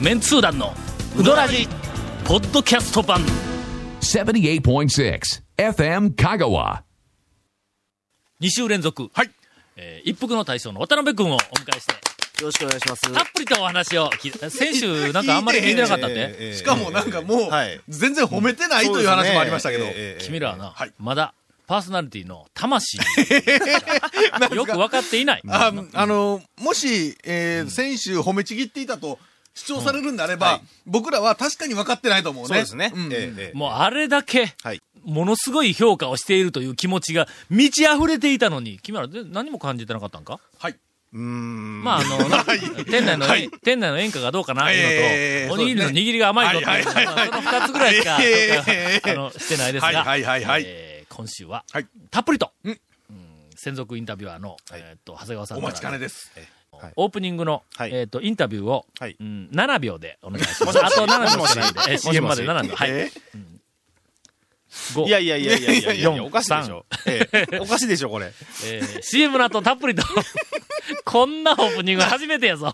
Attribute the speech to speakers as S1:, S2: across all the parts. S1: メンツー団のウドラジポッドキャスト版
S2: 78.6 FM Kagawa.
S1: 2週連続、はいえー一服の大将の渡辺君をお迎えして
S3: よろしくお願いします。
S1: たっぷりとお話を聞い先週なんかあんまり聞いてなかった って、
S4: しかもなんかもう
S5: はい、
S4: 全然褒めてないという話もありましたけど、
S1: 君らはな、
S4: はい
S1: まだパーソナリティの魂よく分かっていない
S4: ああの、もし、えー先週褒めちぎっていたと主張されるんであれば、僕らは確かに分かってないと思うね。
S5: そうですね。
S4: ん
S5: ええええ
S1: もうあれだけ
S5: はい。
S1: ものすごい評価をしているという気持ちが満ち溢れていたのに君らで何も感じてなかったんか
S4: はい。
S5: うーん。
S1: まあ、あの、 店内の、店内の演歌がどうかなっていう
S4: え
S1: の
S4: ー
S1: と、おにぎりの握りが甘いぞっていう、
S4: はいはいはい
S1: まあその二つぐらいしか、
S4: えー
S1: あの、してないですが、
S4: はいはいはいはい
S1: えー今週は、
S4: はい
S1: たっぷりと、
S4: うん
S1: うん専属インタビュアーの、えーっと、長谷川さん
S4: お
S1: から
S4: 待ちかねです。
S1: オープニングの、
S5: はい
S1: えーっと、インタビューを、
S5: はい
S1: うん7秒でお願いします。あと7秒しかないんで、えー CM まで7秒。はい。
S4: えー
S1: 5
S5: いやいやいやいやいやいや、
S1: 4
S5: おかしいでしょ。え えおかしいでしょ、これ。
S1: えー CM の後たっぷりと、 こんなオープニング初めてやぞ。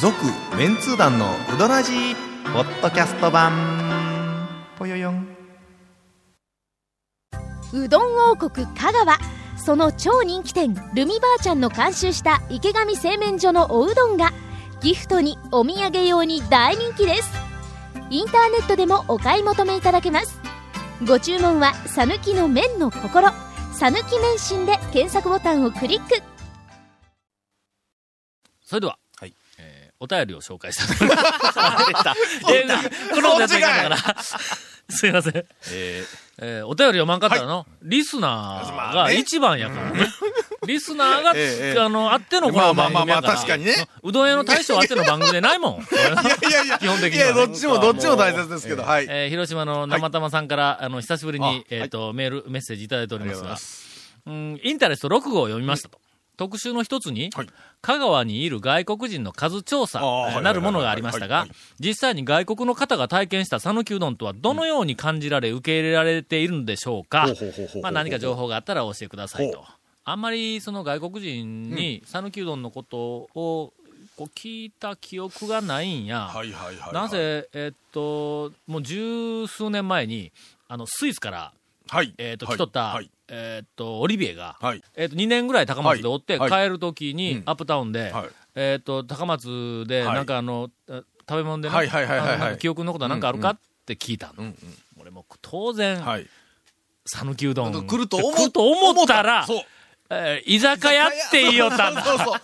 S6: 続メンツー団のウドラジポッドキャスト版ぽよよん
S7: うどん王国香川その超人気店ルミばあちゃんの監修した池上製麺所のおうどんがギフトにお土産用に大人気ですインターネットでもお買い求めいただけますご注文は「さぬきの麺の心」「さぬき麺心」で検索ボタンをクリック
S1: それでは、
S5: はい
S1: えーお便りを紹介したいと思います。えーこのお便りがあったから。すいません。えーお便り読まんかったらの、リスナー
S4: ま
S1: が
S4: あね
S1: 一番やからね。リスナーが、
S4: ええ
S1: あの、あってのこ
S4: ま
S1: の
S4: あまあ
S1: 番
S4: まあ
S1: 組
S4: ま
S1: や
S4: あ、
S1: から。
S4: 確かにね。
S1: うどん屋の大将あっての番組でないもん。
S4: いやいやい
S1: 基本的に
S4: や、
S1: はい
S4: や、どっちもどっちも大切ですけど、はい。
S1: えー広島の生玉さんから、あの、久しぶりに、えっ、と、メール、メッセージいただいておりますが、うん、インタレスト6号を読みましたと。特集の一つに、香川にいる外国人の数調査
S4: あーはいはいはい
S1: なるものがありましたが、実際に外国の方が体験した讃岐うどんとはどのように感じられ、受け入れられているのでしょうか。まあ何か情報があったら教えてくださいと。あんまりその外国人に讃岐うどんのことをこう聞いた記憶がないんや。
S4: はいはいはい。
S1: なぜ、えっと、もう十数年前に、あの、スイスから、
S4: はい。
S1: えっと、
S4: はい
S1: 来とった、
S4: はい。
S1: えっと、オリビエが、
S4: はい
S1: えっと、2年ぐらい高松でおって、
S4: はいは
S1: 帰る時に、
S4: うん
S1: アップタウンで、
S4: はい
S1: えっと、高松で、
S4: はい
S1: なんかあの、え食べ物でね、
S4: はいはいはいはいは
S1: あ
S4: い
S1: のなんか記憶のことはなんかあるかって聞いたの。
S4: うんうん
S1: 俺も当然、
S4: はい。
S1: 讃岐うどん。
S4: 来ると思っ
S1: 来ると思ったら
S4: そう。
S1: えー居酒屋って言いよったんだ。
S4: そうそうそう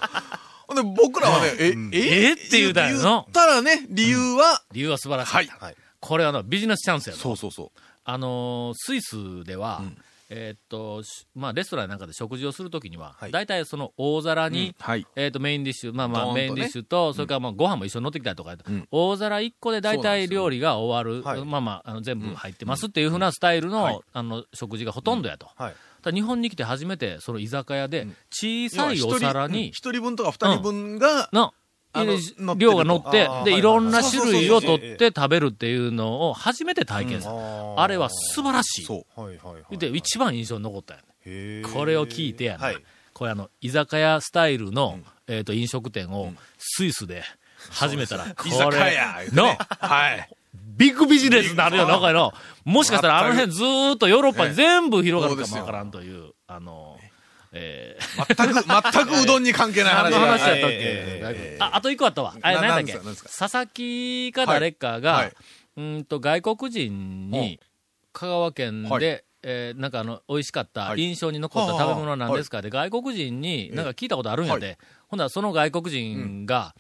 S4: ほんで、僕らはね、え、
S1: ええって言うたんや
S4: 言
S1: の
S4: ったらね、理由は、
S1: 理由は素晴らしい。
S4: はい。
S1: これはのビジネスチャンスやぞ
S4: そうそうそう。
S1: あのースイスでは、えーっと、しまあ、レストランなんかで食事をするときには、
S5: い
S1: 大体その大皿に、
S4: はい。
S1: えーっと、メインディッシュ、まあま
S4: ドーン
S1: あ、
S4: と
S1: メ
S4: ね
S1: インディッシュと、それからまあ、ご飯も一緒に乗ってきたりとか、
S4: ん
S1: 大皿1個で大
S4: そうなんで
S1: 体
S4: すよ
S1: 料理が終わる、
S5: はい
S1: まあまあ、あの全部入ってますっていうふうなスタイルの、
S4: はい
S1: あの、食事がほとんどやと。
S5: はい。
S1: ただ日本に来て初めて、その居酒屋で、小
S4: 要
S1: さ
S4: はい一人
S1: お皿
S4: うん
S1: に、
S4: 一人分とか二人分が、
S1: の、
S4: あの
S1: い
S4: 乗ってると
S1: 量が乗って
S5: あ、ー
S1: で、
S5: はい
S1: いろんな
S4: そうそ
S1: 種
S4: うそう
S1: 類を取って食べるっていうのを初めて体験する。あれは素晴らしい。
S4: そう。
S5: はいはいはい。
S1: で、一番印象に残ったよね。
S5: へー
S1: これを聞いてやな、
S5: はい。
S1: これあの、居酒屋スタイルの、えっ、と、飲食店をスイスで始めたら、こ
S4: 居酒
S1: れ
S4: 屋言うて
S1: の
S4: ね、はい。
S1: ビッグビジネスになるよな、これの。もしかしたらあの辺ずーっとヨーロッパに全部広がるかもわからんという、あの、えー、
S4: 全く、全くうどんに関係ない
S1: 何
S4: 話
S1: の話や
S4: が
S1: ったっけ、あ、あと一個あったわ。あれ、
S4: な
S1: 何だっけ
S4: なんですか
S1: 佐々木か誰かが、
S4: はいはいう
S1: ーんと、外国人
S4: う
S1: に、香川県で、
S4: はい
S1: えーなんかあの、美味しかった、
S4: はい
S1: 印象に残った
S4: はあ
S1: 食
S4: はあ
S1: べ物は何ですかで、外国人に、なんか聞いたことあるんやで、ほんならその外国人が、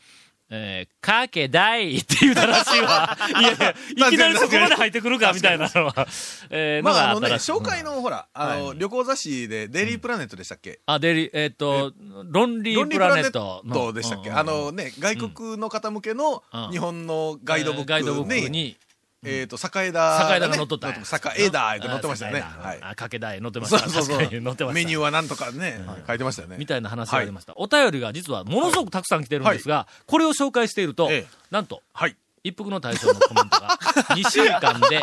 S1: えーかけだいって言うたらしい わ。いやいや、いきなりそこまで入ってくるかみたいなのは。 えー
S4: ま
S1: のが
S4: あ、あ
S1: あっ
S4: の
S1: た
S4: ね、
S1: らしい
S4: 紹介の、ほら、あの、旅行雑誌で、デイリープラネットでしたっけ
S1: あ、デリ、えーっ、と、ロンリ
S4: ロ
S1: ー
S4: ン
S1: プ
S4: リープ
S1: ラ
S4: ラ
S1: ネ
S4: ネ
S1: ッ
S4: ッ
S1: ト
S4: ト
S1: の。
S4: でしたっけ
S1: うん
S4: あ、のね、外国の方向けの
S1: うん
S4: 日本のガイドブ
S1: えーガイドブ
S4: ッ
S1: ック
S4: クに、
S1: に、
S4: えっと、栄田。
S1: 栄田が乗っとったんや
S4: ね栄田、って乗ってましたよね。
S1: あ
S4: はい。
S1: あ、かけだい、乗ってまし
S4: そ
S1: た。
S4: うそうそう
S1: 確かに乗ってました。
S4: メニューはなんとかね、書いてましたよね。
S1: みたいな話がありました。お便りが実はものすごくたくさん来てるんですが、これを紹介していると、
S4: ええ
S1: なんと、
S4: はい。
S1: 一服の大将のコメントが、2週間で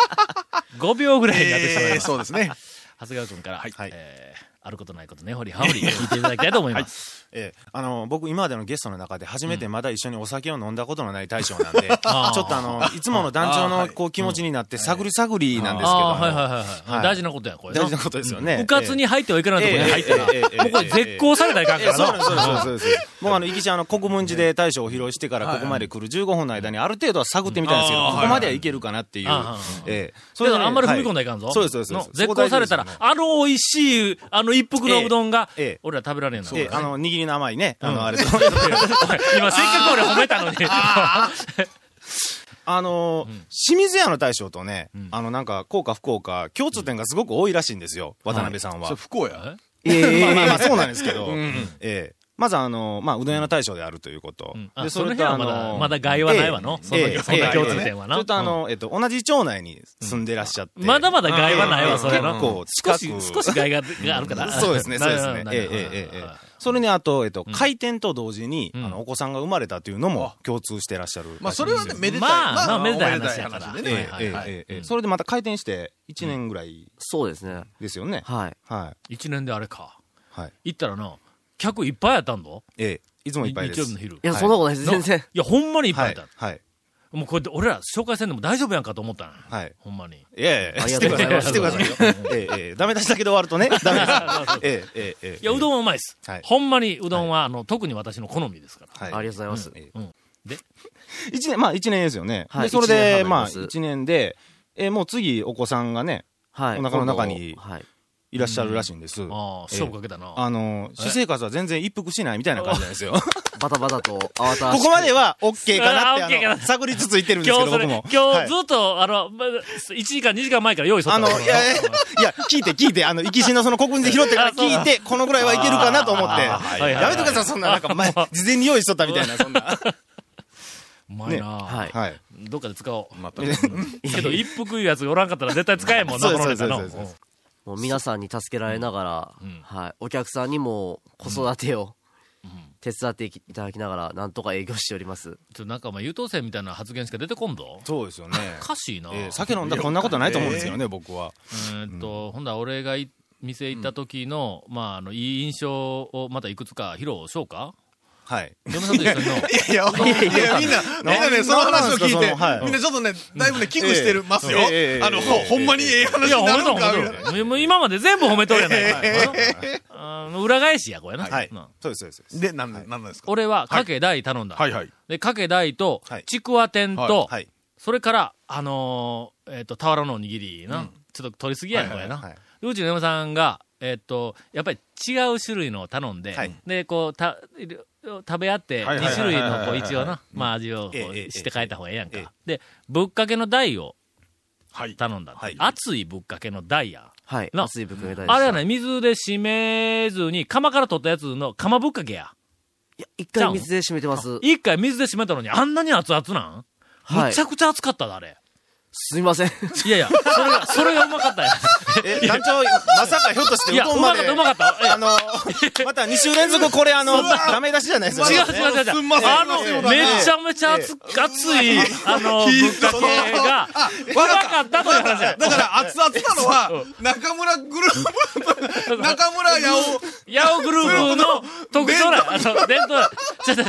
S1: 5秒ぐらいになってしまい
S4: え
S1: ま
S4: ー
S1: した。
S4: そうですね。
S1: 長谷川君から、
S5: はい
S1: えーあることないことねほりはほり聞いていただきたいと思います。
S5: ええ、あの、僕、今までのゲストの中で初めてまだ一緒にお酒を飲んだことのない大将なんで、ちょっ
S1: あー
S5: とあの、いつもの団長のこう気持ちになって、探り探りなんですけど、
S1: ああー、はいはいはいは。
S5: はいい
S1: 大事なことや、これな。
S5: 大事なことですよね。
S1: うかつに入ってはいけないところに入ってな。も
S5: ええええええええ
S1: うこれ絶好されたらいかんか
S5: ええ
S1: ら
S5: そうなんです、そう
S1: な。
S5: ですそうですそうです。僕、あの、イキちゃん、あの、国分寺で大将を披露してからここまで来る15分の間に、ある程度は探ってみたんですけ
S4: うんあ
S5: ど、
S4: ー
S5: ここまではいけるかなっていう
S1: はいはい。
S5: ええ。そ
S1: それからあんまり踏み込んだ
S5: で
S1: らいかんぞ。
S5: そうです、そうですそうです。
S1: の絶好されたら、あの美味しい、あの一服のうどんが
S5: ええええ、
S1: 俺ら食べられんの。
S5: ええ、あの、握りの甘いね、あの、あれと。
S1: 今せっかく俺褒めたのに。
S5: あのー清水屋の大将とね、あの、なんか、効か不幸か、共通点がすごく多いらしいんですよ、渡辺さんは。
S4: それ不幸や。
S5: ええ まあまあまあ、そうなんですけど、ええまず、あのーまあ、うどん屋の大将であるということ
S1: ん。あ
S5: で、
S1: その辺はまだ
S5: あのー
S1: まだ害はないわの
S5: ええ
S1: その
S5: ええ
S1: そんな
S4: 共通
S1: 点はな
S5: ええそれと、あのーえっと、同じ町内に住んでらっしゃって。
S1: まだまだ害はない
S5: ええ
S1: わ、それの。
S5: 結構、
S1: 少
S5: 近
S1: し、
S5: く。
S1: 少し害ががあるから。
S5: そうですね、そうです ね。
S1: な
S5: えええ
S1: るほど
S5: えええええそれにあと、えっと、開店と同時に、
S1: ん
S5: あの、お子さんが生まれたというのも共通してらっしゃるらしいんですよ。
S4: まあ、それはね、めでたい。
S1: まあまあ
S4: お
S1: めでたい話やから
S4: めでたい話で
S5: え
S4: ね。
S5: えええええええそれでまた開店して1年ぐらい
S3: そうですね。
S5: ですよね。
S3: はい。
S5: はい。
S1: 一年であれか。
S5: はい。
S1: 行ったらな、客いっぱいやったんだ。
S5: ええ、いつもいっぱいで
S1: 日
S5: す。
S1: 曜日の昼。
S3: いや、そんなことないです。全然
S1: い。や、ほんまにいっぱい
S5: はい
S1: やっ
S5: い
S1: た。。
S5: はい。
S1: もうこれで俺ら紹介せんでも大丈夫やんかと思ったんや
S5: はい。
S1: ほんまに。
S5: いやいや、
S3: あり
S5: し
S3: が
S5: て
S3: とう
S5: く
S3: ご
S5: ださ
S3: ざ
S5: い
S3: い
S5: よ。
S3: ます
S5: 知ってくださいよ。ええ、ええ、ダメ出しだけで終わるとね、ダメです。ええ、ええ、ええ。
S1: いや、うどんはうまいです。
S5: はい
S1: ほんまにうどんは、あの、特に私の好みですから。
S5: はい。
S3: ありがとうございます。
S5: ええ
S1: で、
S5: 一年、まあ一年ですよね。
S3: はい
S5: で、それ
S3: 一年半
S5: で、
S3: になり
S5: まあ
S3: ます
S5: 一年で、ええ、もう次お子さんがね、
S3: はい。
S5: お腹の中に
S3: 今度はい。
S5: いらっしゃるらしいんです。
S1: ああ、
S5: ええ
S1: 勝負かけたな。
S5: あの、私生活は全然一服しないみたいな感じなんですよ。こ
S3: バタバタと慌ただしく
S5: こまでは OK かな
S1: あ
S5: っ
S1: OK
S5: て、
S1: か
S5: あ
S1: な
S5: の、探りつつ言ってるんです
S1: 今日
S5: けど、
S1: それ、
S5: 僕
S1: 今
S5: も。
S1: 日
S5: はい
S1: ずっと、あの、ま1時間、2時間前から用意しとった
S5: あの、
S1: か
S5: い
S1: ら
S5: や、いや、いや、聞いて聞いて、あの、生き死のその国分で拾ってから聞いて、このぐらいはいけるかなと思って、
S1: はい
S5: やめてください、そんな、なんか前、事前に用意しとったみたいな、そんな。は
S1: うまいな、
S3: はい。
S5: い。
S1: どっかで使おう。
S4: また
S1: けど、一服いうやつがおらんかったら絶対使えんもんな、
S5: そ
S1: こ
S5: うです
S1: のネタの。
S5: そううですそうで
S1: ん
S5: す
S3: もう皆さんに助けられながら、
S1: ん
S3: はい。お客さんにも子育てを、手伝っていただきながら、なんとか営業しておりま
S1: ち
S3: す。
S1: ょっとなんか、お前、優等生みたいな発言しか出てこんぞ。
S5: そうですよね。
S1: おかしいな。
S5: えー酒飲んだらこんなことないと思うんですけどね、僕は。
S1: えーっと、ほんだら俺がい店行った時の、まあ、あの、いい印象をまたいくつか披露しようか
S5: はい。
S1: 嫁さんと一緒に の。
S4: いや、いやみんな、みんなね、その話を聞い
S5: なんなんですかそ
S4: て
S5: のはい、
S4: みんなちょっとね、だいぶね、危惧してるますよ
S5: ええええ。
S4: あの、ほ
S5: ええ
S4: ほんまにええ話
S1: いや、褒
S4: にな
S1: め
S4: る
S1: と
S4: ん
S1: ん
S4: か、
S1: 褒めとんもう今まで全部褒めとるやないか。 あの裏返しや、これな。
S5: はい
S1: うん。
S5: そうです、そうですそうで
S4: で、
S5: す。
S4: なんなんなんですか
S1: 俺は、かけ大頼んだ。
S4: はいはい。
S1: で、かけ大と
S5: は、い
S1: ちくわ天と、
S5: はい。
S1: それから、あのー、えっと、俵のおにぎりな。ちょっと取りすぎやん、これな。
S5: はい。
S1: でうちの嫁さんが、えっと、やっぱり違う種類のを頼んで、
S5: はい
S1: で、こう、た、いろ食べ合って、
S5: はいは
S1: 2
S5: いはい
S1: 種類の、こ
S5: は
S1: う、
S5: いはいはい
S1: 一応な、まあ、味をこう
S5: ええええ
S1: して帰った方がええやん
S5: ええ
S1: か。で、ぶっかけの大を
S4: はい。
S1: 頼んだって。
S5: はい
S1: 熱いぶっかけの大や。
S3: はい。
S1: な
S3: 熱い部分が大事
S1: あれはね、水で締めずに、釜から取ったやつの釜ぶっかけや。
S3: いや、一回水で締めてます。
S1: 一回水で締めたのに、あんなに熱々なん、
S3: は
S1: む
S3: い
S1: ち。ゃくちゃ熱かっただ、あれ。
S3: すみません。
S1: いやいや、それが、それがうまかったや。
S5: え、団長、まさかひょっとして、
S1: いや、うまかった、うまかった。え
S5: あの、また2週連続これ、あの、ダメ出しじゃないですよね
S1: 違う違う違う違う。
S4: すんません
S1: あ
S4: すい
S1: の、
S4: ません
S1: めちゃめちゃ熱、熱い、あの、ぶっかけが、うまかったという話や。
S4: だか ら、熱々なのは、中村グル ープ、中村八尾、
S1: ヤオグループの特徴だ。あの、伝統だ。ちょっと、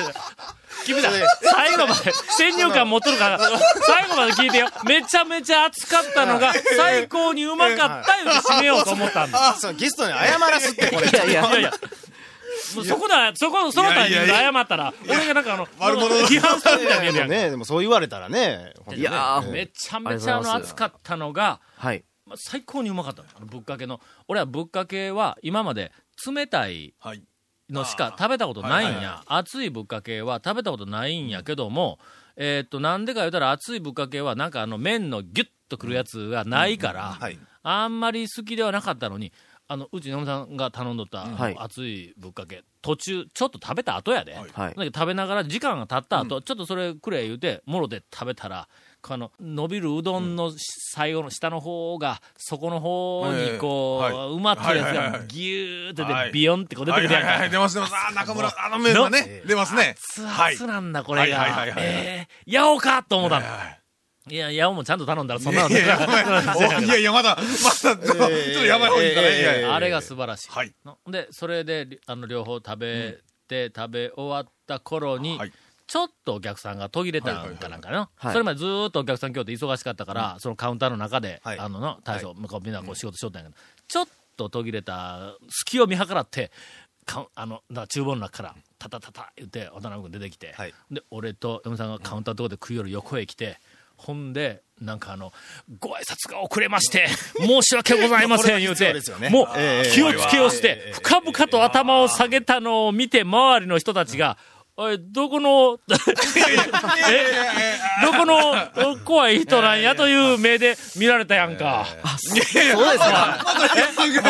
S1: 君だ、最後まで、先入観持っとるから、最後まで聞いてよ。めちゃめちゃ熱かったのが、最高にうまかったように締めようと思ったんだ。
S5: あそのゲストに謝らすって、これ。
S3: い やい
S1: いやい
S3: や、
S1: や。もうそこだ、そこ、そのタイミングで謝ったら、俺がなんかあの、批判するみたいに見え
S5: でも
S1: るやん。
S5: ね、でもそう言われたらね、ほんと
S3: い
S5: ね
S3: やー、
S1: めちゃめちゃあの熱かったのが、
S3: はい。
S1: まあ最高にうまかったのあのぶっかけの。俺はぶっかけは今まで冷たい
S4: はい
S1: のしか食べたことないんや。熱いぶっかけは食べたことないんやけども、えーっと、なんでか言うたら熱いぶっかけはなんかあの麺のギュッとくるやつがないから、
S5: はい。
S1: あんまり好きではなかったのに、あの、うちの嫁さんが頼んどった、
S3: はい
S1: 熱いぶっかけ、途中、ちょっと食べた後やで。
S3: はい
S1: だ。けど食べながら、時間が経った後、ちょっとそれくれ言うて、もろで食べたら、この、伸びるうどんのし最後の下の方が、底の方にこう、
S4: ええはい
S1: 埋まってるやつ
S4: はいはい
S1: が
S4: は、い
S1: ぎゅーって
S4: は
S1: で、
S4: い
S1: ビヨンってこう出て
S4: は
S1: く
S4: い
S1: る
S4: は
S1: やん
S4: い
S1: か。
S4: はい、出ます出ます。あー、中村、あのメンバーね、出ますね。
S1: 熱々なんだ、これが。
S4: はいはいはいはい
S1: ええやおうかと思ったの。いや、ヤオもちゃんと頼んだらそんなの出て
S4: や
S1: な
S4: ご
S1: か
S4: めん
S1: った
S4: おいやいや、まだ、まだ、ちょっとやばい方に行ったねいやいや。
S1: あれが素晴らしい。
S4: はい
S1: ので、それで、りあの、両方食べて、食べ終わった頃に、
S4: はい
S1: ちょっとお客さんが途切れたんかなんかな。
S3: はい
S1: それまでずーっとお客さん今日って忙しかったから、そのカウンターの中で、
S5: はい
S1: あのの、大将、向こうみんなこう仕事しとったんやけど、ちょっと途切れた隙を見計らって、かあの、だから厨房の中から、タタタタ言って、渡辺君出てきて、
S5: はい
S1: で、俺と嫁さんがカウンターのとこで食いよる横へ来て、ほんで、なんかあの、ご挨拶が遅れまして、 申し訳ございません、言う
S5: こ
S1: て
S5: れは必要ですよ、ね
S1: もう
S5: ええ
S1: 気をつけをして、深々と頭を下げたのを見て、周りの人たちが、おい、どこの、 えどこのお怖い人なんやという目で見られたやんか。
S3: そうですか。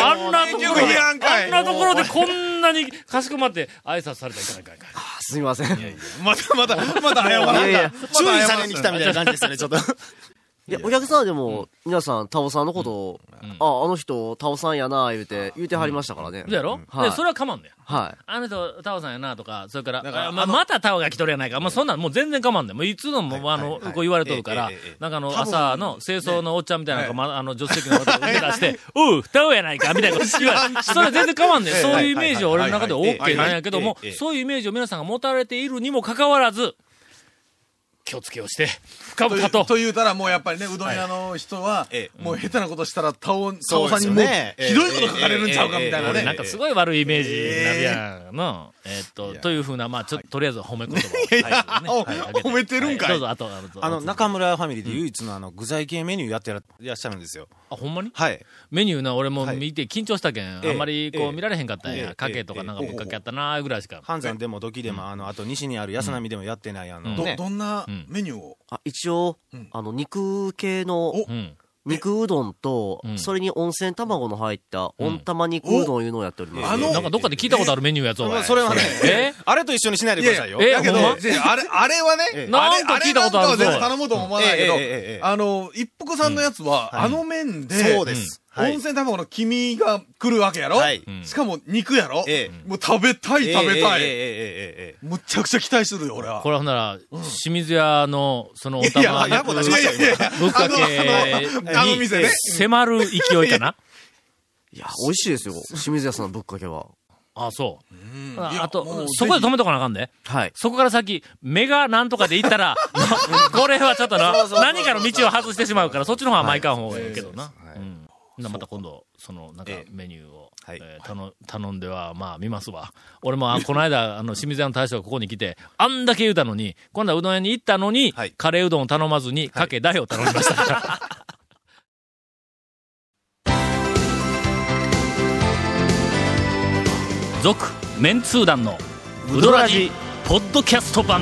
S1: あんなところ
S4: 結局い
S1: で、
S4: らんか
S1: あ
S4: い
S1: んなところでこんなにかしこまって挨拶されたらいかないかんかん。
S3: すみません。い
S4: まだまだ、まだ謝らんか
S3: いやいや
S5: 注意されに来たみたいな感じですよね、ちょ っと。
S3: や、お客さんはでも、皆さん、タオさんのことを、あ、あの人、タオさんやな、言うて、言うてはりましたからね。
S1: そうやろ、
S3: はい
S1: でそれは構わんねん。
S3: は
S1: あの人、タオさんやなとか、それから、
S4: んか
S1: あま
S4: あの
S1: またタオが来とるやないか、もうそんなんもう全然構わんねん。もういつのも、あの、こう言われとるから
S5: ええええええ、
S1: なんかあの、
S4: 多分
S1: 朝の清掃のおっちゃんみたいなのが、まあ の、助手席の方を出して、おう、タオやないか、みたいなこと言われそれは全然構わんねん。そういうイメージは俺の中で
S5: はいはいはい
S1: OK なんやけども
S5: えええ、え
S1: そういうイメージを皆さんが持たれているにもかかわらず、気をつけをして、深
S4: と
S1: 々
S4: いう
S1: と
S4: と。言うたら、もうやっぱりね、うどん屋の人は
S5: え、
S4: もう下手なことしたら、タオ、タオ
S5: そう
S4: さ
S5: で
S4: ん
S5: す
S4: に
S5: よ
S4: もう
S5: ね、
S4: ひどいこと書かれるんちゃうかみたいな
S5: ええええええ
S1: な
S4: ね
S1: ん。かすごい悪いイメージになるやんの。えっと、というふうな、まあちょっと、とりあえず褒め言葉を。はいはい
S4: お褒めてるんかい
S1: どうぞ、あと、あと
S5: あの、
S1: あと
S5: 中村ファミリーで唯一のあの、具材系メニューやってらいらっしゃるんですよ。
S1: あ、ほんまに
S5: はい。
S1: メニューな、俺も
S5: はい
S1: 見て緊張したけん、
S5: ええ
S1: あんまり
S5: え
S1: こう
S5: え
S1: 見られへんかったん
S5: え
S1: や。
S5: え
S1: かけとかなんかぶっかけやったな、ぐらいしか。
S5: 半山でも時でも、あの、あと西にある安波でもやってない、あの、
S1: うん
S5: ね
S4: ど、。どんなメニューを
S3: い。あ一応、あの、肉系の、
S4: お
S1: うん。
S3: 肉うどんと、
S1: ん
S3: それに温泉卵の入った、
S1: ん
S3: 温玉肉うどんいうのをやっております。
S4: あの
S1: なんかどっかで聞いたことあるメニューやぞ、お
S5: まあ
S1: い
S5: それはね、
S1: え
S5: あれと一緒にしないでくださいよ。
S1: ええ
S4: だけど、
S1: ほんま
S4: じゃああれ、あれはね、
S5: ええ
S4: あれ
S1: なんか聞いたことあるぞ
S4: れなんかは全然頼もうとも思わないけど、
S5: ええええええ
S4: あの、一服さんのやつは、
S5: んはい
S4: あの麺で、
S5: そうです。はい
S4: 温泉卵の黄身が来るわけやろ、
S5: はい
S1: ん
S4: しかも肉やろ、
S5: ええ
S4: もう食べたい食べたい、
S5: えええええええええええ
S4: むっちゃくちゃ期待するよ、俺は。
S1: これはほんなら、清水屋の、その、おた
S4: いや
S1: ま、
S5: あやっこ出しましたよ今
S1: ぶっか
S4: あのあのあの
S1: け
S4: 店
S1: に
S4: ね
S1: 迫る勢いかな。
S3: いや、美味しいですよ。清水屋さんのぶっかけは。
S1: あ、そう。
S4: うんいや
S1: あと
S4: もう、
S1: そこで
S4: ぜ
S1: 止めとかなあかんで。
S3: はい。
S1: そこから先、目がなんとかで行った ら、これはちょっとな、何かの道を外してしまうから、そっちの方は毎回方がいいけどな。うんなまた今度、その、なんか
S5: ええ
S1: メニューを、
S5: はい
S1: えー頼頼んでは、まあ見ますわ。俺も、あこの間、あの、清水屋の大将がここに来て、あんだけ言うたのに、今度はうどん屋に行ったのに、
S5: はい
S1: カレーうどんを頼まずに、かけだよ頼みま した。続、メンツー団の、ウドラジ、ポッドキャスト版。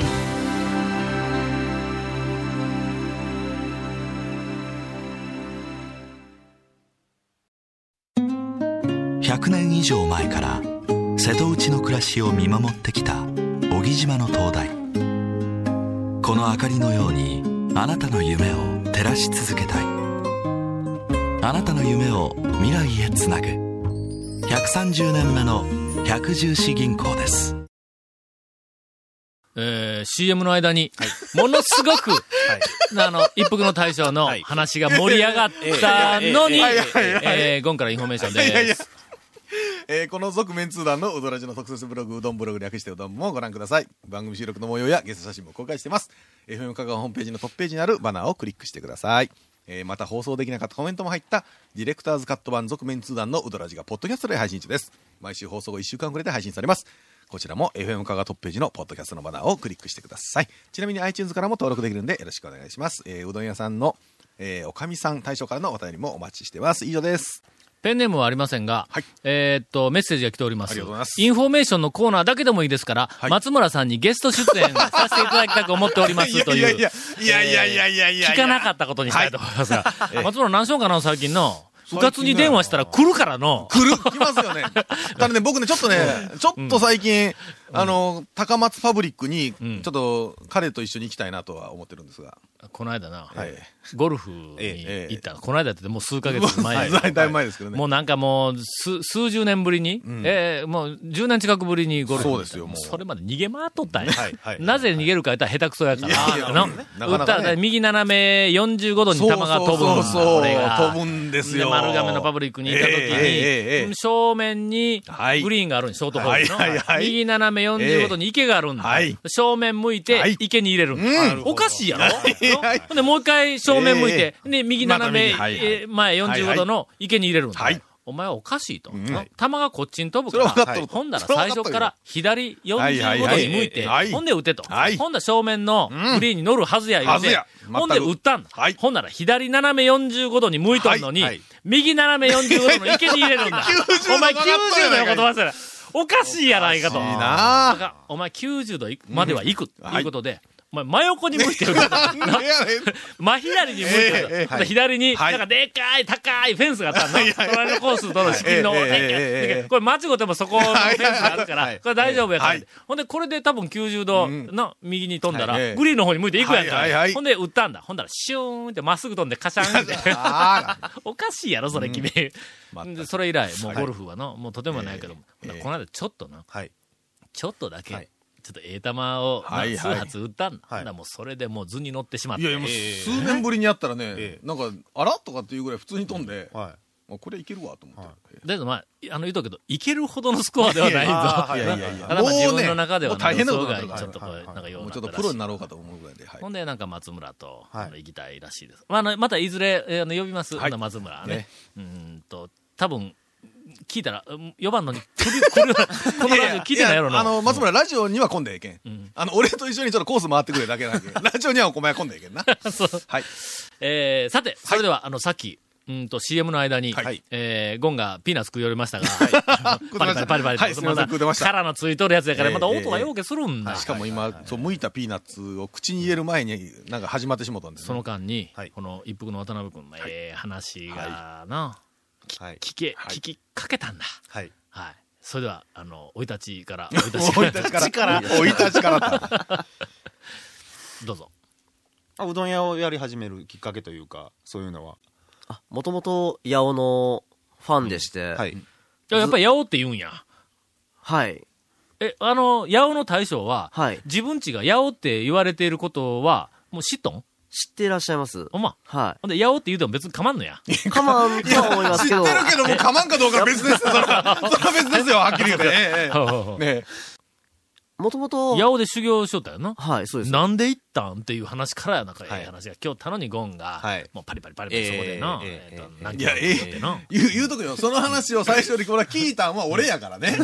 S8: 100年以上前から瀬戸内の暮らしを見守ってきた小木島の灯台この明かりのようにあなたの夢を照らし続けたいあなたの夢を未来へつなぐ130年目の百十四銀行です
S1: えー CM の間に、ものすごく、あの、一服の大将の
S5: はい
S1: 話が盛り上がった のに、え
S5: えええええええ
S1: ーゴンからインフォメーション
S4: ひいやい
S1: で
S4: や
S1: す。
S4: えーこの続面通談のうどらじの特設ブログ、うどんブログ略してうどんもご覧ください。番組収録の模様やゲスト写真も公開してます。FM 香川ホームページのトップページにあるバナーをクリックしてください。えーまた放送できなかったコメントも入った、ディレクターズカット版続面通談のうどらじがポッドキャストで配信中です。毎週放送後1週間くらいで配信されます。こちらも FM 香川トップページのポッドキャストのバナーをクリックしてください。ちなみに iTunes からも登録できるんでよろしくお願いします。えーうどん屋さんの、えーおかみさん大将からのお便りもお待ちしてます。以上です。
S1: ペンネームはありませんが、
S4: はい
S1: えーっと、メッセージが来ております。
S4: ありがとうございます
S1: インフォメーションのコーナーだけでもいいですから、
S4: い
S1: 松村さんにゲスト出演させていただきたく思っておりますと
S4: いや
S1: い。
S4: いうやいやいやいやいやいやいや
S1: 聞かなかったことにしたいと思いますが、松村何しようかな、最近の。うかつに電話したら来るからの。
S4: 来る来ますよね。ただね、僕ね、ちょっとね、ちょっと最近、あの、高松パブリックに、
S1: ん
S4: ちょっと彼と一緒に行きたいなとは思ってるんですが。
S1: この間な、
S4: はい。
S1: ゴルフに行った、この間ってもう数ヶ
S4: も
S1: 月
S4: う
S1: 前、
S4: だいぶ前ですけどね。
S1: もうなんかもう数、数十年ぶりに、ええもう10年近くぶりにゴルフに行った
S4: そうですよもう
S1: それまで逃げ回っとったんや。
S5: はいはい
S1: なぜ逃げるか言ったら下手くそやから。
S4: いやいや
S1: あの
S4: ねなか
S1: 打っ
S4: な
S1: た
S4: からね
S1: ね右斜め45度に球が飛ぶんだ
S4: そうそうそう
S1: これが
S4: 飛ぶんですよ
S1: 丸亀のパブリックにいた時に、
S4: ええええええ
S1: 正面に
S4: はい
S1: グリーンがあるんショートホールの、
S4: はいはいはい
S1: 右斜め45度に池があるんだ、
S4: はい
S1: 正面向い
S4: は
S1: て
S4: い
S1: 池に入れるんだ、おかしいやろ、
S4: はい
S1: ほんでもう一回正面向いて、で右斜め、
S4: また右はいはい
S1: えー前45度の池に入れるんだ、
S4: はい
S1: お前はおかしいと。
S4: ん
S1: 球がこっちに飛ぶか
S4: それ
S1: ら、
S4: は分かっとる
S1: ほんだら
S4: それは
S1: 最
S4: 分かっ
S1: 初
S4: とるよ
S1: から左
S4: はいはい
S1: 45
S4: は
S1: 度
S4: い
S1: に向いて、
S4: はい
S1: ほんで打てと。
S4: はい
S1: ほんだら正面のグリーンに乗るはずや言う
S4: はず
S1: て
S4: や、全く
S1: ほんで打ったんだ。
S4: はい
S1: ほんなら左斜め45度に向いとんのに、
S4: はいはい
S1: 右斜め45度の池に入れる んだ。
S4: 90
S1: お前
S4: 度曲がっ
S1: 90度
S4: とるや
S1: の
S4: ないかい
S1: こと忘れた。おかしいやないかと。
S4: いい
S1: だ
S4: な
S1: から、お前90度いまでは行く、
S4: ん
S1: ということで、お前真横に向いてる。
S4: ぁ。なんでやねん
S1: 真左に向いてたんだ
S4: ええええはい
S1: 左に、
S4: はい
S1: なんかでっかい高いフェンスがあったんだ。隣のコースとの仕切りの、
S4: はいええええええええ
S1: これ間違ってもそこのフェンスがあるから、
S4: はいはい
S1: これ大丈夫やから、
S4: はい
S1: ほんで、これで多分90度の右に飛んだら、
S4: はいええ
S1: グリーンの方に向いていくやんか、
S4: はいはいはい
S1: ほんで、打ったんだ。ほんだら、シューンってまっすぐ飛んで、カシャンって。
S4: あら
S1: おかしいやろ、それ、君。
S4: 全
S1: でそれ以来、もうゴルフはの、もうとてもないけども、
S4: ええええ
S1: この間ちょっとな、
S5: はい
S1: ちょっとだけ、
S5: はい
S1: ちょっとええ球を、まあ
S4: はいはい
S1: 数発打ったんだ。ほ
S5: はい
S1: んだらもうそれでもう図に乗ってしまって。
S4: いやいや、もう数年ぶりに会ったらね
S5: え、
S4: なんか、あらとかっていうぐらい普通に飛んで、
S5: は
S4: あこれいけるわと思って。
S1: だけどまあ、あの言うとくけど、いけるほどのスコアではないぞ。
S4: いやいやいや
S1: ただまあ
S4: もうね
S1: 自分の中では
S4: もう大変なことになってる
S1: ちょっとこう、なんかようなった
S4: もうちょっと
S1: らしい
S4: プロになろうかと思うぐらいで。はい
S1: ほんで、なんか松村と、
S5: はい
S1: あの行きたいらしいです。まあ、あの、またいずれ、えーあの、呼びます。
S4: はい
S1: ほな松村はね
S4: ね。
S1: うーんと、多分、聞いたら、4番のに来る、来る、このラジオ聞いてないやろ
S4: やあの、
S1: な。
S4: 松村、ラジオには混んでええけん。あの、俺と一緒にちょっとコース回ってくれだけなんで、ラジオにはお前は混んでええけんな。
S1: そう
S4: はい。
S1: えーさて、それでは、あの、さっき、うんと、CM の間に、
S4: はい
S1: えーゴンがピーナッツ食い寄りましたが、
S4: い
S1: パリパリパリパリと、
S4: はいすいません食うてました
S1: 殻のついとるやつやから、
S4: ええ
S1: また音がようけするんだ。
S4: しかも今、そう、剥いたピーナッツを口に入れる前に、なんか始まってしもたんです
S1: その間に、
S5: はい
S1: この一服の渡辺君のええ話がな、
S5: はい。
S1: 聞け、聞きかけたんだ。
S5: はい。
S1: はい。それでは、あの、生い立ちから、生い立ち
S4: おい
S1: か
S4: た
S1: ら、
S4: ちから。おいたちからだ。
S1: どうぞ。
S5: あうどん屋をやり始めるきっかけというか、そういうのは。
S3: もともと、八尾のファンでして、
S5: はい。
S1: いややっぱり八尾って言うんや。
S3: はい。
S1: え、あの、八尾の大将は、
S3: はい
S1: 自分ちが八尾って言われていることは、もう知っとん
S3: 知っていらっしゃいます。
S1: ほんま。
S3: は
S1: ほんで、八尾って言うても別に構んのや。
S3: い。かまんとは思います
S4: 知っ
S3: け
S4: てる
S3: ど、
S4: けど、もうかまんかどうかは別ですよ。それはそれは別ですよ、はっきり言って。ええええ
S1: 八
S4: ね
S3: もともと、
S1: 尾で修行しとったよな。
S3: はい、そうです。
S1: なんで行ったんっていう話からやなか、ええ話が。今日、頼にゴンが、
S5: はい
S1: もうパリパリパリパリそこでな、
S5: え
S1: え
S5: え
S1: っと
S5: ええ
S1: 何
S4: えい
S1: キロ
S4: や、
S1: って
S4: え
S1: 言って
S4: え
S1: な。。
S4: 言う、言うとくよ。その話を最初にこれは聞いたんは俺やからね。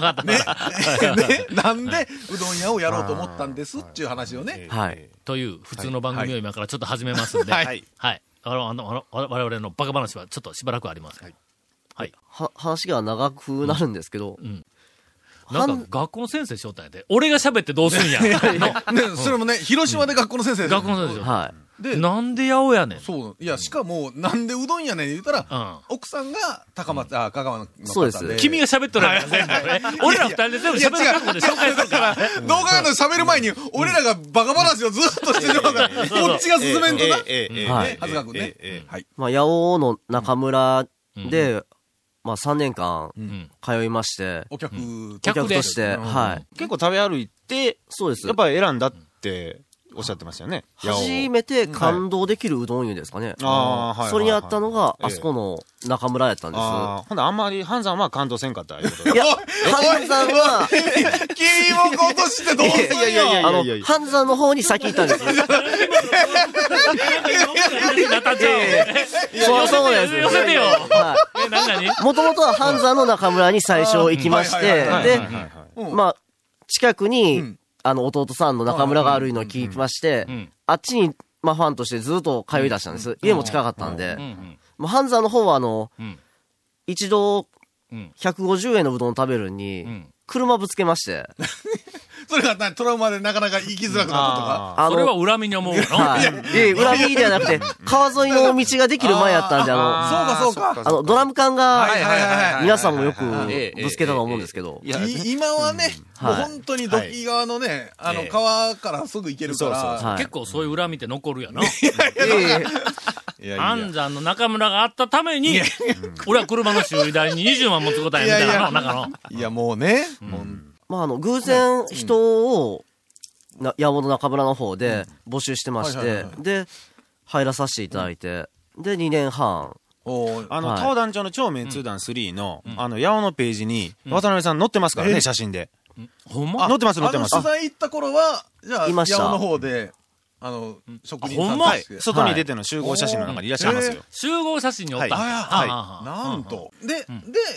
S4: ね。ね。なんで、うどん屋をやろうと思ったんですっていう話をね。
S3: はい。
S1: という普通の番組を今からちょっと始めますんで、は。
S4: はいい
S1: はいあの、あの、あの我々のバカ話はちょっとしばらくはありません。はい。
S3: は、話が長くなるんですけど、
S1: な
S3: はん
S1: んか学校の先生しよったんやで。俺が喋ってどうすんや。の
S4: ね、それもね、広島で学校の先生で
S1: 学校の先生
S3: は
S1: でなんで八百やねん。
S4: そう。いや、しかも、なんでうどんやねん言うたら、奥さんが高松、あ、香川の方
S3: そうです
S1: 君が
S4: が、
S1: 喋っとるやん、全部ね。俺ら二人で全部喋る覚悟で紹介しとるから。
S4: 動画の喋る前に、俺らがバカ話をずっとしてるから、こっちが進めんとな。ね、
S5: ええええ
S3: は
S4: は
S3: えい
S4: ずかくね。はい。
S3: い。まあ、八尾の中村で、まあ、3年間、
S1: ん
S3: 通いまして、
S4: お客、
S3: お客として、
S4: うん
S3: はい。
S5: 結構食べ歩いて、
S3: そうです。
S5: やっぱり選んだっておっしゃってましたよね。八尾
S3: 初めて感動できるうどん湯ですかね。
S5: あーはい
S3: それにあったのが、
S5: ええ
S3: あそこの中村やったんです。
S5: あーほんならあんまり、ハンさんは感動せんかったいうことで
S3: いや、半山は、
S4: キーボードしてどうすん
S5: いやいやいやいや
S3: あの
S5: いやい、や。
S3: 半山の方に先行ったんです。
S1: なたちゃう
S3: そうそうなんです
S1: 寄せてよ
S3: は
S1: え、なんかに
S3: い。もともとは半山の中村に最初行きまして、
S4: うんはい
S5: はい
S3: で
S5: はい、はいはい
S4: うん
S3: まあ、近く
S4: う
S3: に
S4: ん、
S3: あの、弟さんの中村があるのを聞きまして
S1: ん、
S3: あっちに、まあ、ファンとしてずっと通い出したんです。家も近かったんで
S1: う。ん
S3: まあ、半山の方は、あの、
S1: うん
S3: 一度
S1: うん、
S3: 150円のうどんを食べるの
S1: うん
S3: に、車ぶつけまして、
S4: それがなトラウマでなかなか行きづらくなっ
S3: あ
S1: それは
S3: の、
S1: 恨みに思うよな。
S3: はい。で、裏切りではなくて、川沿いの道ができる前やったんで、あ
S4: たとか。そうか、そう
S3: の、あの、ドラム缶
S4: はいはいはいはい
S3: が、皆さんもよく
S5: ええ
S3: ぶつけたと思うんですけど、
S4: か。い今はね、もう本当にドッキー側のね、あの、
S5: ええ
S4: 川からすぐ行けるから。
S5: そうそう
S3: はい
S1: 結構そういう恨みって残るやな。
S3: ええ
S4: いやいや
S1: 安山の中村があったために、俺は車の修理代に20万持つことやみたい
S4: いやい
S1: な
S4: や
S1: の、中の。
S4: いや、もうね、もう
S3: まあ、あの、偶然人を、な山本中村の方で募集してまし
S4: はいはい
S3: て
S4: はい、
S3: で、入らさせていただいて、で、2年半。
S4: おー
S5: あの、
S3: はい
S5: タオ団長の超メンツー団3の、あの、八尾のページに、渡辺さん載ってますからね、写真で。
S1: ほんま
S5: 載ってます、載っ
S4: あ
S5: て
S4: の、
S5: ます。
S4: 取材行った頃は、じゃあ、
S3: いました
S4: 八尾の方で、あの、職人さ
S1: あほん
S4: ん
S1: ま
S4: た
S5: は
S4: ち
S5: い
S4: で。。
S5: 外に出ての集合写真の中にいらっしゃいますよ。
S1: 集合写真におった。
S5: はい
S1: は
S4: はいい
S1: は
S4: はいい。なんと。で、で、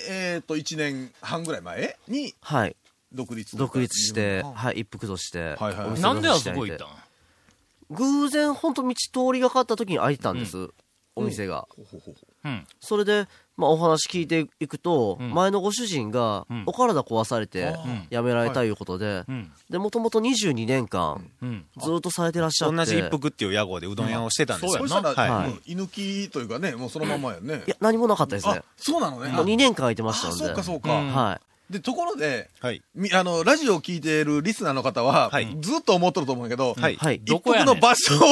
S4: えっと、1年半ぐらい前に
S3: はい。
S4: 独立とか。
S3: 独立して、
S4: うん
S3: はい、一服として。
S4: はいはい
S3: お店
S1: な
S3: の
S1: ん
S3: 方
S1: であそこ
S3: して
S1: 行
S3: い
S1: ったた
S3: だいて
S1: ん
S3: 偶然、本当道通りがかった時に開いてたんです。お店が。
S4: ほほほ
S1: うん。
S3: それで、まあ、お話聞いていくと、
S1: ん
S3: 前のご主人が
S1: ん、
S3: お体壊されて
S4: うん、
S3: 辞められたいうことで
S1: ん、
S3: で、もともと22年間、
S1: うん。
S3: ずっとされてらっしゃって。
S5: 同じ一服っていう屋号でうどん屋をしてたんです
S1: う
S5: よ
S1: ん
S4: そ。し
S1: そう
S4: た
S1: や
S5: な
S4: ら、
S5: はい
S4: もう居抜きというかね、もうそのままやね
S3: い。や、何もなかったですね
S4: あ。、そうなのね。
S3: もう2年間空いてま
S4: あ、
S3: したので。
S4: そうかそう
S1: うん
S4: か。
S3: はい。
S4: で、ところで、
S5: はい。
S4: みあの、ラジオを聞いているリスナーの方は、
S5: はい
S4: ずっと思っとると思うんやけど、
S5: はい。
S3: はい。
S1: ど
S4: 一
S1: こやね
S4: 国の
S1: ん
S4: 場所を教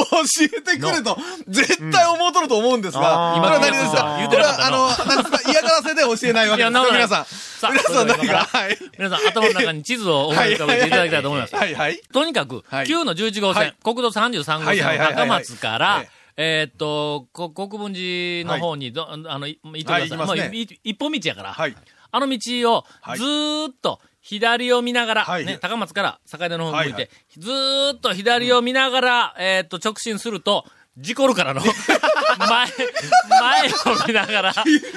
S4: えてくれと、絶対思うとると思うんですが、
S5: うん
S4: これは何で
S1: あー
S4: すか
S1: 言う
S4: こ
S1: て
S4: れ
S1: なかったな
S4: は、あの、なんですか嫌がらせで教えないわけです
S1: いや
S4: よ、
S1: な
S4: 皆
S1: んか
S4: さん。
S1: さあ、
S4: 皆
S1: そ
S4: さん、
S1: れで
S4: な
S1: は今
S4: んか、
S1: から
S4: はい。
S1: 皆さん頭の中に地図を思い浮かべていただきたいと思います。
S4: はいはい。
S1: とにかく、
S4: はい
S1: 旧の11号線、
S4: はい
S1: 国道33号
S4: は
S1: 線
S4: いはい
S1: の
S4: はいはい
S1: 高松か
S4: は
S1: ら
S4: い、
S1: えーっと、こ国分寺の方にど、あの、い行ってくだ
S4: は
S1: さ
S4: い
S1: い。
S4: 行きますね
S1: もういい一本道やから、
S4: はい。
S1: あの道を
S4: はい
S1: ずーっと左を見ながら、
S4: はい
S1: ね、高松から坂出の方向いて、
S4: はいはい
S1: ずーっと左を見ながら、えーっと、直進すると、事故るからの、 前、前を見ながら、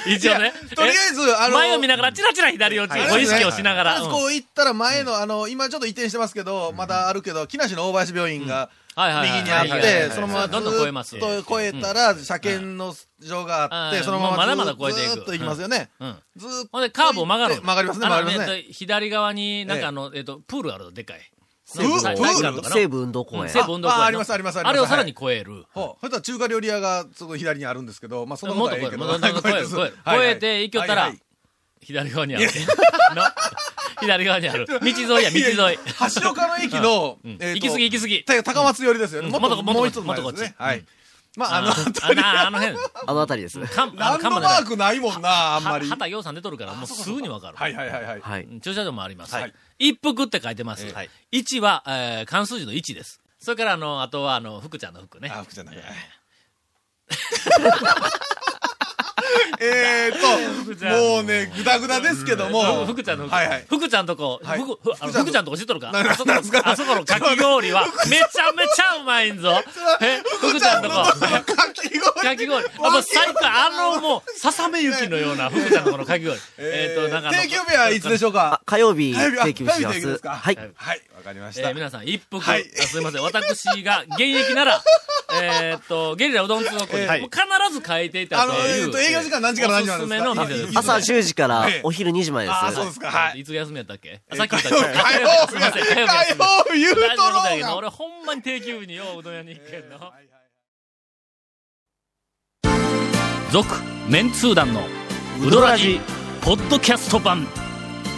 S1: 一応ね。
S4: とりあえず、あの、
S1: 前を見ながら、チラチラ左を、ち
S4: あれ
S1: ご意
S4: ですね
S1: 識をしながら。
S4: あそこ行ったら前の、あの、今ちょっと移転してますけど、まだあるけど、木梨の大林病院が、
S1: はいはいはい
S4: 右にあ
S1: は
S4: っ
S1: いはい
S4: て
S1: は、い
S4: そのまま
S1: どんどん越えます
S4: ずっと越えたら、車検の場があっ
S1: うん
S4: て、そのま
S1: もうまだま
S4: ま
S1: だ
S4: ず
S1: 越えていく
S4: っと行きますよね。
S1: うんうん
S4: ずーっと。
S1: ほんで、カーブを曲がるの。
S4: 曲がりますね、曲がります
S1: あの
S4: ね。
S1: えっと左側に、なんかあの、えっと、プールあるの、でかい。
S3: 西武
S4: うわ
S1: 体
S4: プ
S1: 育館
S4: ー
S1: と
S4: ル
S1: かの。
S3: 西武運動公
S1: うん
S3: 園。
S1: 西武運動公園の
S4: あありますありますあります
S1: れをさらに超える。
S4: ほうそしたら中華料理屋がその左にあるんですけど、まあそんなこ
S1: も
S4: と
S1: っ
S4: は
S1: と
S4: え
S1: 超え
S4: えけ
S1: る。もっと
S4: ど。
S1: 超える。超える。
S4: はい
S1: 超
S4: はい
S1: えて、行きよった
S4: は
S1: ら
S4: い、
S1: 左側 にある。の左側にあ る。道沿いや、道沿い。
S4: はい橋岡の駅の、
S1: うん
S4: えー
S1: 行
S4: と
S1: き過ぎ行き過ぎ
S4: た高松寄りですよ
S1: う
S4: ね。
S1: ん
S4: もっと、
S1: もっと
S4: もう一つ前
S1: もっ
S4: で
S1: とこっち
S4: すね。はい。まああの
S1: あ
S4: 辺り、
S1: なあの辺。
S3: あの辺りですね。
S1: カン
S4: ランドマークないもんな、あんまり。
S1: 畑洋さん出とるから、もうすぐにわかる。
S4: はいはいはいはい。
S3: はい。
S1: 駐車場もあります。
S4: はい
S1: 一服って書いてます。
S5: はい
S1: 一は、えー漢数字の一です。それから、あの、あとは、あの、福ちゃんの服ね。
S4: あ、服じゃない。えーと、もうね、ぐだぐだですけども。
S1: 福ちゃんの服。
S4: はいはい。
S1: 福ちゃんとこ、
S4: はい
S1: 福、あの
S4: 福ちゃんと
S1: 福ちゃんとこ知っとるか
S4: なな
S1: あそこの
S4: なんすか
S1: あそこのかき氷 は、めちゃめちゃうまいんぞ。え福ちゃんとこ。
S4: かき氷。
S1: かき氷。あ、もう最高。あの、もう、ささめ雪のような福ちゃんのこのかき氷。
S4: えーと、なんか。
S1: あの
S4: 定休日はいつでしょう
S3: あ
S4: か、
S3: 火曜日、
S4: 火曜日、あ
S3: 定休しま
S4: 火曜日定休です
S3: す。
S4: か
S3: はい。
S4: はい、わかりまし
S1: え
S4: た。
S1: ー皆さん、一服、
S4: はい
S1: あすいません、私が現役な ら、えーっと、ゲリラうどん通の子に、
S5: えーはい
S1: もう必ず書いていた
S4: あ
S1: とい
S4: の、え
S1: う。
S4: ーと、営業時間何時から何時まで
S1: おすす
S4: ですか
S1: めの店です
S4: あいい
S3: 朝
S4: ね
S3: 10時から
S4: ええ
S3: お昼2時までですね。
S4: あ、そうですか。はい。
S1: いつが休みやったっけあ
S4: え
S1: さっき言った
S4: 火曜日、火曜
S1: やつ
S4: 日
S1: すいません、火曜日休
S4: 火
S1: みです。
S4: 曜日、言うと
S1: 大丈夫だ
S4: ろ
S1: け
S4: う
S1: ど、
S4: が。
S1: 俺ほんまに定休日によううどん屋に行けんの。続、メンツー団のウドラジ、ポッドキャスト版。